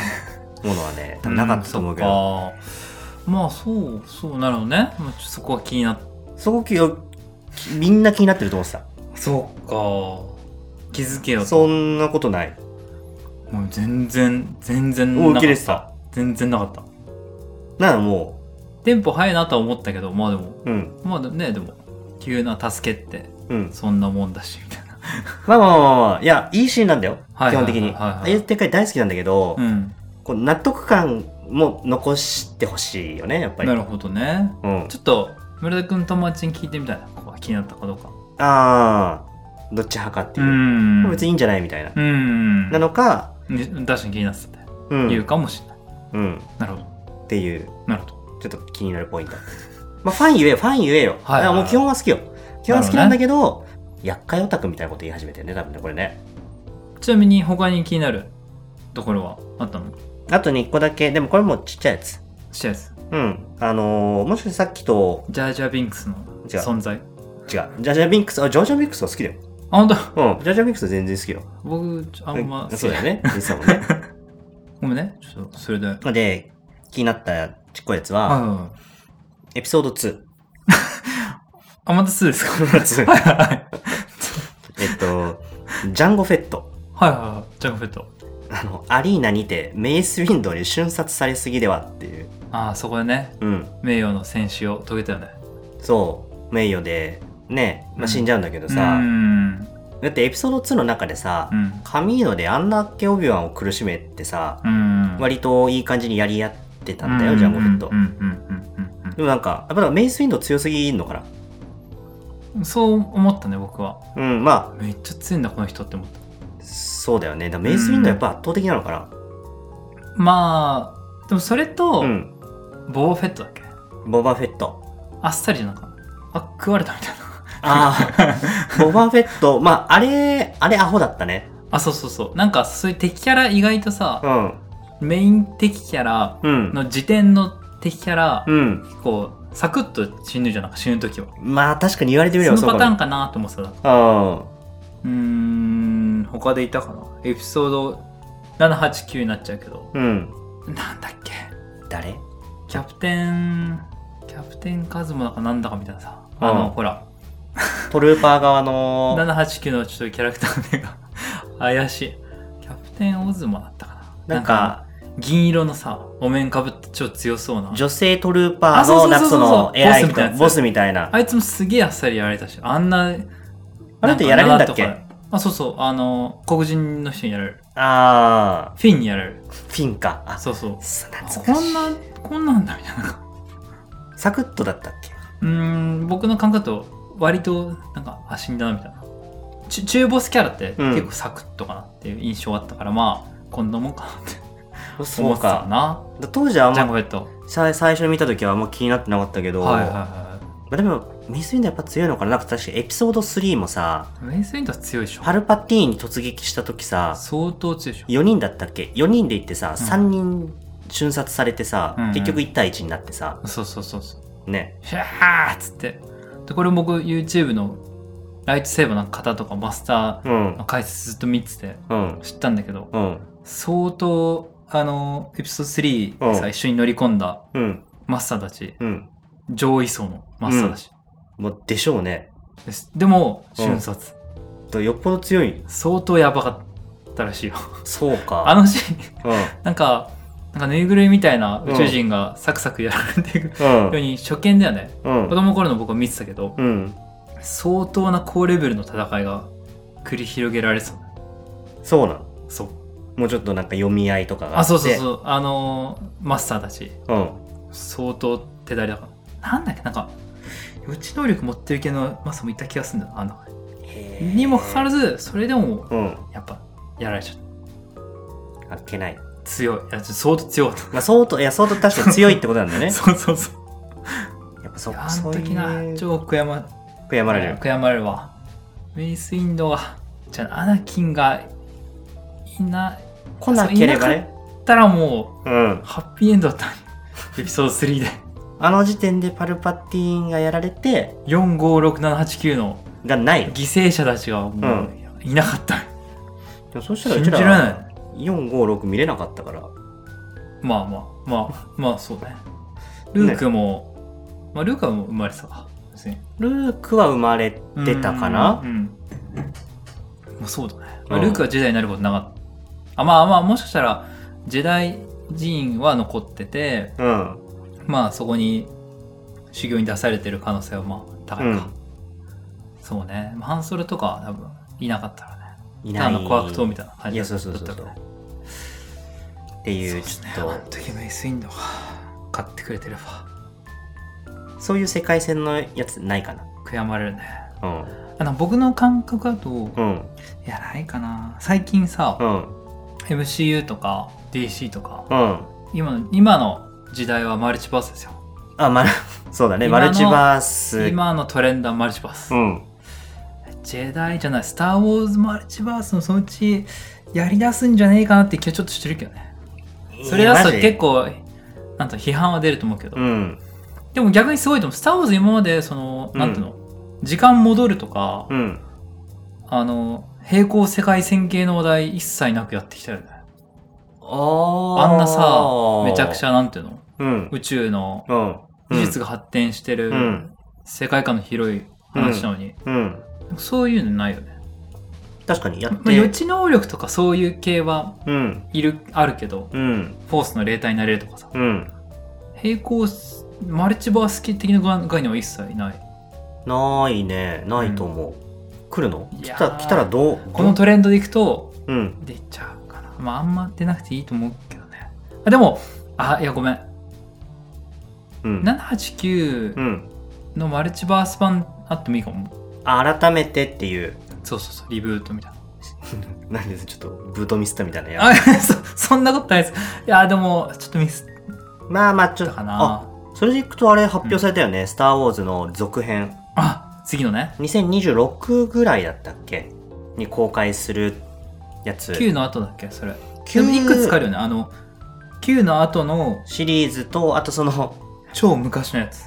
A: ものは ね多分なかったと思うけど、
B: んそっかまあそうそうなるほどねまあちょそこは気になっ
A: すごくよみんな気になってると思ってた
B: そうか気づけよと
A: そんなことない
B: もう全然全然
A: もう
B: な
A: 受け入
B: かっ
A: れて
B: た
A: た
B: 全然なかった
A: ならも
B: テンポ早いなとは思ったけどまあでも
A: ううん
B: まあねでも急な助けって
A: うん
B: そんなもんだしみたいな
A: まあまあまあまあいやいいシーンなんだよ、
B: はいはいは
A: 基本
B: い
A: 的に、
B: はいはい
A: ああいう展開大好きなんだけど、
B: うん
A: こう納得感も残してほしいよねやっぱり
B: なるほどね
A: うん、
B: ちょっと村田君友達に聞いてみたいなここが気になったかどうか
A: ああどっち派かって
B: う
A: いう、
B: ん
A: 別にいいんじゃないみたいな、
B: うん
A: なのか
B: ね確かに気になってたって
A: うん、
B: 言うかもしれない
A: うん、
B: なるほ
A: っていう
B: どなるほど
A: ちょっと気になるポイント。まあ、ファン言えよ、ファン言えよ。
B: はいはいはい
A: いやもう基本は好きよ。基本は好きなんだけど、厄介オタクみたいなこと言い始めてるね、多分ね、これね。
B: ちなみに他に気になるところはあったの
A: あと2個だけ、でもこれもちっちゃいやつ。
B: したやつ
A: うん。あのーもしかしてさっきと、
B: ジャージャービンクスの
A: 違う
B: 存在
A: 違う。ジャージャービンクス、あ、ジャージャービンクスは好きだよ。
B: あ本当
A: うん。ジャージャービンクスは全然好きよ。
B: 僕あんま
A: そうだよ ね。実はもんね。
B: ごめんねちょっとそれではい
A: で、気になったちっこいやつは、
B: はいはい
A: エピソード2。
B: あまた2ですか
A: 2
B: はいはいはい
A: えっと、ジャンゴフェット。
B: はいはいジャンゴフェット
A: あの、アリーナにて、メイス・ウィンドウに瞬殺されすぎではっていう。
B: ああそこでね
A: うん。
B: 名誉の戦死を遂げたよね
A: そう名誉でね、ま
B: うん
A: あ、死んじゃうんだけど
B: う
A: さ、
B: ん
A: だってエピソード2の中でさ、
B: うん
A: カミーノであんなケオビワンを苦しめてさ、
B: うん
A: 割といい感じにやり合ってたんだよ、
B: うん
A: ジャンゴフェット、
B: うんうんうんうん
A: でもなんかやっぱメイスウィンドウ強すぎんのか
B: うんそう思ったね僕は
A: なうんま
B: めっちゃ強いんだこの人って思った
A: あそうだよねだからメイスウィンドウやっぱ圧倒的なのかな
B: まあでもそれと、
A: うん、
B: ボーフェットだっけ
A: ボバフェット
B: あっさりじゃなんかあ食われたみたいな
A: ああボバフェットまああれあれアホだったね
B: あそうそうそうなんかそういう敵キャラ意外とさ
A: う、ん
B: メイン敵キャラ
A: うん
B: の時点の敵キャラ、
A: うん
B: 結構サクッと死ぬじゃん死ぬ時は
A: まあ確かに言われてみれ
B: そ
A: ば
B: の
A: そうか
B: パター
A: も
B: ンかなと思ってたう
A: うん
B: ーん他でいたかなエピソード789になっちゃうけど
A: うん
B: なんだっけ
A: 誰
B: キャプテンキャプテンカズマだかなんだかみたいなさあの、
A: うん
B: ほら
A: トルーパー側の
B: 789のちょっとキャラクター名が 怪しいキャプテンオズマだったかな
A: なんか
B: 銀色のさお面かぶって超強そうな
A: 女性トルーパ
B: あ
A: ー
B: そうそう
A: のなんかそ
B: そうそう
A: の偉い
B: ボスみたい
A: 人ボスみたいな
B: なやつあいつもすげえあっさりやられたしあんな
A: あれってやられるんだっけ
B: なんかなんとかあそうそうあの黒人の人にやられる
A: あ
B: フィンにやられる
A: ーフィンかあ
B: そうそう
A: そう
B: あ
A: 懐か
B: こ
A: し
B: ん
A: い
B: なこんなんだみたいな
A: サクッとだったっけ
B: うーん僕の感覚だと割となんかあ死んだなみたいなち中ボスキャラって
A: うん
B: 結構サクッとかなっていう印象があったから、まあこんなもんかなって
A: そ
B: 思っ
A: う
B: てたか
A: か
B: な
A: 当時はあん
B: ジャンゴ
A: ま
B: フェット
A: さ最初見た時はあんま気になってなかったけど、
B: はいはいは
A: まあ、でもミスウィンドウやっぱ強いのかななんか確かエピソード3もさ
B: いメイスウィンドは強いでしょ
A: パルパティーンに突撃した時さ
B: 相当強いでしょ
A: 4人だったっけ4人で行ってさ、
B: うん
A: 3人瞬殺されてさ、
B: うんうん
A: 結局1対1になってさ
B: そうそうそうそう
A: ね
B: シャーっつってでこれ僕 YouTube のライトセーバーの方とかマスタ
A: う
B: ー
A: ん
B: の解説ずっと見てて
A: うん
B: 知ったんだけど
A: うん
B: 相当あのエピソード3で
A: う
B: さ
A: ん
B: 一緒に乗り込んだ
A: うん
B: マスターたち
A: うん
B: 上位層のマスターだし、
A: もうでしょうね
B: ですでも瞬殺、
A: とよっぽど強い
B: 相当やばかったらしいよ
A: そうか
B: あのシーン
A: うん
B: なんかなんかぬいぐるみみたいな宇宙人がサクサクやられていくよ
A: うん
B: う。に初見だよね
A: うん
B: 子。供の頃の僕は見てたけど
A: うん。
B: 相当な高レベルの戦いが繰り広げられそう
A: そうなの。
B: そう
A: もうちょっとなんか読み合いとかが
B: あそうそう
A: う。
B: そうあのーマスターたち
A: うん。
B: 相当手だれだからなんだっけなんか予知能力持ってる系のマスターもいた気がするんだよあの
A: へー
B: にもかかわらずそれでも
A: うん。
B: やっぱやられちゃった
A: あっけない。
B: 強いいや相当強かっ
A: まあ相当、いや相当確かに強いってことなんだよ
B: た
A: ね。
B: そうそうそう
A: やっぱそ
B: いや
A: こ、
B: あ
A: そ
B: の
A: ういう
B: 時な
A: 悔
B: 超悔やま
A: やまれる。
B: 悔やまれるわメイス・ウィンドウがじゃあアナキンがいな
A: 来なければ
B: いな
A: ね。
B: ったらも
A: うん
B: う。ハッピーエンドだったのにエピソード3で
A: あの時点でパルパティーンがやられて、
B: 456789の
A: がない。
B: 犠牲者たちが
A: う
B: もういなかった、
A: でもそしたらう
B: 信
A: ち
B: じ
A: ら、
B: られない
A: 456見れなかったから。
B: まあまあまあまあそうねルークも、まあルークはもう生まれてたか別に
A: ルークは生まれてたかな
B: うんうんまあそうだね、まあ
A: うん
B: ルークはジェダイになることなかったあまあまあもしかしたらジェダイ人は残ってて
A: うん。
B: まあそこに修行に出されてる可能性はまあ高いか、そうねまあハンソルとかは多分いなかったらね
A: い
B: ただ
A: ない。
B: の小悪党みたいな感
A: い
B: じだ
A: や、
B: った
A: そうそうそうそう。っていう、ちょっ
B: あの
A: と、
B: 時メイスインドが買ってくれてれば
A: そういう世界線のやつないか
B: 悔やまれるね
A: な。
B: あの僕の感覚だと、
A: うん。うん。
B: いやないかな最近さ、
A: うん。
B: MCU とか DC とか
A: うん。
B: 今の今の時代はマルチバースですよ
A: あ、ま、 そうだね。
B: 今
A: マ
B: の
A: ルチバース。
B: 今のトレンドはマルチバース、
A: うん。
B: ジェダイじゃないスター・ウォーズマルチバースのそのうちやりだすんじゃねえかなって気はちょっとしてるけどねそれだと
A: えー
B: 結。構なんと批判は出ると思うけど、
A: マジうん。
B: でも逆にすごいと思う「スター・ウォーズ」今までその
A: うん
B: なんていうの、時間戻るとか、
A: うん。
B: あの平行世界線系の話題一切なくやってきたよね
A: あ
B: あんなさめちゃくち
A: ゃ。
B: ゃなんていうの
A: うん。
B: 宇宙の
A: うん。
B: 技術が発展して
A: う
B: る
A: ん
B: 世界観の広い話なのに、
A: うん。
B: そういうのないよね、
A: 確かにやっ
B: まあ、
A: て。
B: 予知能力とかそういう系は
A: うん。
B: いるあるけど
A: うん。
B: フォースの霊体になれるとかさ
A: うん。
B: 平行マルチバース系的な概念は一切ない
A: ないね。ないと思う。来るの
B: い
A: 来
B: やー
A: た、来たらどう
B: このトレンドでいくと
A: うん。
B: 出ちゃうかなまああんま出なくていいと思うけどねあでもあいやごめん
A: うん。う
B: 789
A: ん。
B: のマルチバース版あってもいいかも
A: あ改めてっていう。
B: そうそうそうリブートみたいな
A: 何ですちょっとブートミスったみたいなや
B: あ そそんなことないですいやでもちょっとミスっ
A: つまあまあちょったと
B: か
A: あ
B: な
A: それでいくとあれ発表されたよね「スター・ウォーズ」の続編
B: あ次のね
A: 2026ぐらいだったっけに公開するやつ
B: 9の後だっけそれ
A: 九
B: でもいくつかあるよねあの9の後の
A: シリーズとあとその
B: 超昔のやつ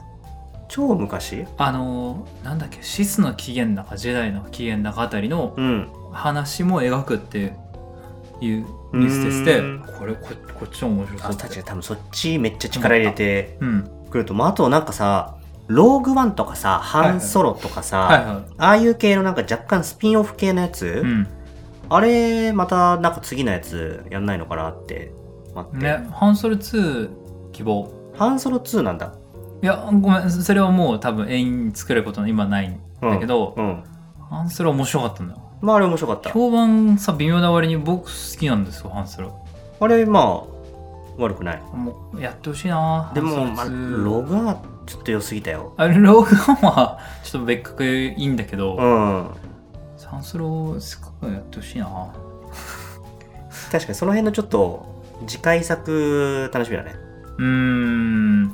A: 超昔
B: あのーなんだっけシスの起源だかジェダイの起源だかあたりの
A: うん
B: 話も描くっていうニュースでし
A: う
B: て
A: ーん
B: これここっちも面白そう
A: あ
B: だ
A: たち
B: よ
A: が多分そっちめっちゃ力入れて
B: うん
A: くるとまああとなんかさ「ローグワン」とかさ「ハン・ソロ」とかさ、
B: はいは
A: ああいう系のなんか若干スピンオフ系のやつ、
B: いうん
A: あれまたなんか次のやつやんないのかなって待って、
B: ねハンソル2希望
A: ハンソロ2なんだ
B: いやごめんそれはもう多分永遠に作れることは今ないんだけど、
A: うん
B: ハンソロ面白かったんだよ
A: まああれ面白かった
B: 評判さ微妙な割に僕好きなんですよハンソロ
A: あれまあ悪くない
B: もうやってほしいな
A: でも、ま
B: ハ
A: あ、
B: ンソロ2
A: ログはちょっと良すぎたよ
B: あローグワンはちょっと別格いいんだけど、
A: うん
B: サンスローすごいやってほしいな
A: 確かにその辺のちょっと次回作楽しみだね
B: うーん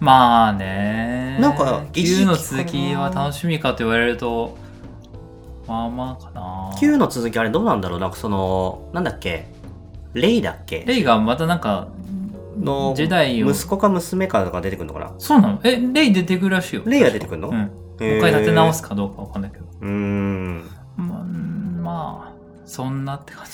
B: まあね
A: なんか
B: 9の
A: 一時期かな
B: 続きは楽しみかと言われるとまあまあかな
A: Q の続きあれどうなんだろうなんかそのなんだっけレイだっけ
B: レイがまたなんか
A: の
B: ジェダイを
A: 息子か娘かとか出てくるのかな
B: そうなのえレイ出てくるらしいよ
A: レイが出てくるの、
B: うん、も
A: へー
B: う一回立て直すかどうかわかんないけど
A: うーん
B: まあうんまあそんなって感じ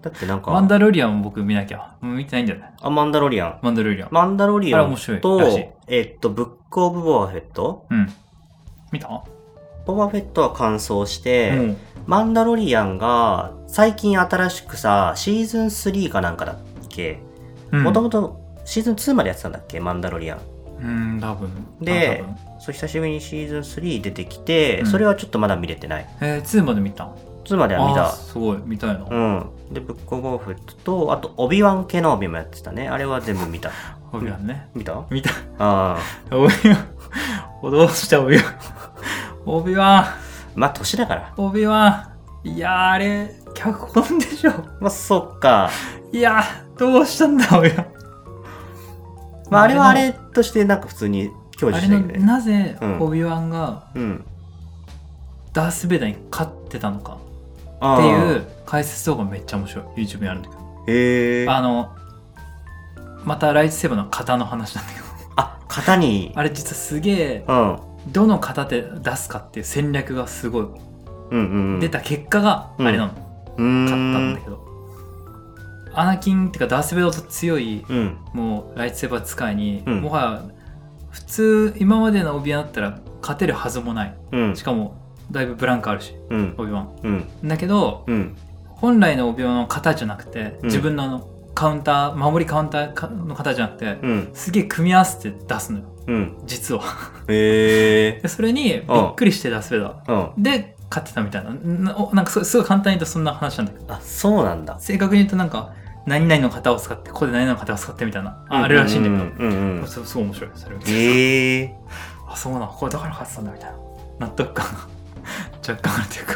A: だってなんか
B: マンダロリアンも僕見なきゃもう見てないんじゃない
A: あマンダロリアン
B: マンダロリアン
A: マンダロリア
B: あれ面白
A: ン
B: いらしい
A: とえっとブックオブボバフェット
B: うん見た、
A: ボバフェットは完走して、
B: もう
A: マンダロリアンが最近新しくさシーズン3かなんかだっけ
B: うん
A: もともとシーズン2までやってたんだっけマンダロリアン。
B: うん多分
A: で
B: あ多分、
A: そう久しぶりにシーズン3出てきて、
B: うん
A: それはちょっとまだ見れてない。
B: えー、2まで見たん
A: 2までは見
B: あ
A: た。
B: ーすごい見たいな、
A: うん。で、ブックオブオフと、あと、オビワン・ケノービもやってたね。あれは全部見た。
B: オビワンね
A: 見た
B: 見た
A: ああ。
B: オビワン どうしたオビワンオビワ
A: まあ、年だから。
B: ンオビワンいやーあれ脚本でしょ
A: まあ、そっか。
B: いやーどうしたんだオビワン
A: まあ、あれはあ
B: あれ
A: れとして、なんか普通に享受
B: あ
A: し
B: れ
A: て
B: の
A: るけどね。
B: なぜ
A: うん
B: オビワンが
A: うん。
B: ダース・ベイダーに勝ってたのか
A: あ
B: って
A: ー
B: いう解説動画めっちゃ面白い YouTube にあるんだけど
A: へえ。
B: あのまたライトセブンの型の話なんだけど
A: あ、型に。
B: あれ実はすげえ
A: うん。
B: どの型で出すかっていう戦略がすごい
A: うんうんうん。
B: 出た結果があれなの、
A: うーん。
B: 勝ったんだけど、アナキンっていうかダース・ベイダーと強い
A: うん。
B: もうライトセーバー使いに、
A: うん
B: もはや普通今までのオビワンだったら勝てるはずもない
A: うん
B: し。かもだいぶブランクあるし
A: うん。
B: オビワン
A: うん。
B: だけど
A: うん。
B: 本来のオビワンの型じゃなくて、
A: ん
B: 自分のあのカウンター守りカウンターかの型じゃなくて、
A: うん。
B: すげえ組み合わせて出すのよ
A: うん。
B: 実は
A: へえ。
B: でそれにびっくりしてダース・ベイダー
A: うん。
B: で勝ってたみたいななおなんかすすごい簡単に言うとそんな話なんだけど
A: あ、そうなんだ。
B: 正確に言うとなんか何々の型を使ってここで何々の型を使ってみたいなああるらしいんだけど、
A: うんうんうん。
B: そうすごい面白いそれを見て
A: ええ。
B: あそうなのこれだから勝ってたんだみたいな納得感が 若干あるというか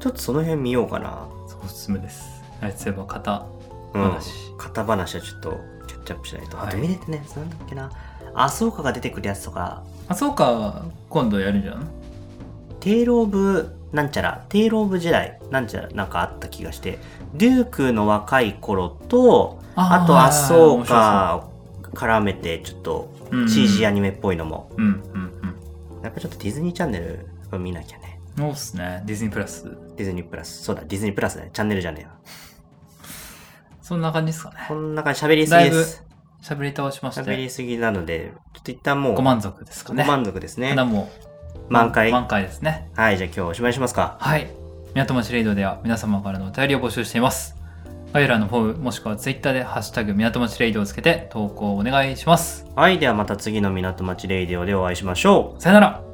A: ちょっとその辺見ようかな。
B: そうおすすめですあいつ言えば型
A: うん。
B: 話、
A: 片話はちょっとキャッチアップしないと。
B: はい
A: あと見れてね、なんだっけな。あ、そうかが出てくるやつとか、
B: あそうか今度やるんじゃない
A: テイルオブなんちゃら、テイルオブ時代なんちゃらなんかあった気がして、デュークの若い頃と、あと
B: は
A: あ
B: い
A: そうか絡めてちょっと
B: 面白そううん
A: CG アニメっぽいのも、
B: うんうん
A: やっぱちょっとディズニーチャンネルやっぱ見なきゃね。
B: うんそうっすねディズニープラス
A: ディズニープラス。そうだ、ディズニープラスね。チャンネルじゃねえわ。
B: そんな感じですかね
A: こんな感じ喋りすぎで
B: だいぶ
A: す。
B: 喋り倒しまし
A: 喋
B: て
A: りすぎなので、ちょっと一旦もう、
B: ご満足ですかね
A: ご満足ですね
B: た。だもう
A: 満開。
B: 満開ですね
A: はい、じゃあ今日おしまいにしますか。
B: はい。港町レイドでは皆様からのお便りを募集しています。概要欄のフォームもしくはツイッターでハッシュタグ港町レイドをつけて投稿をお願いします。
A: はい、ではまた次の港町レイディオでお会いしましょう。
B: さよなら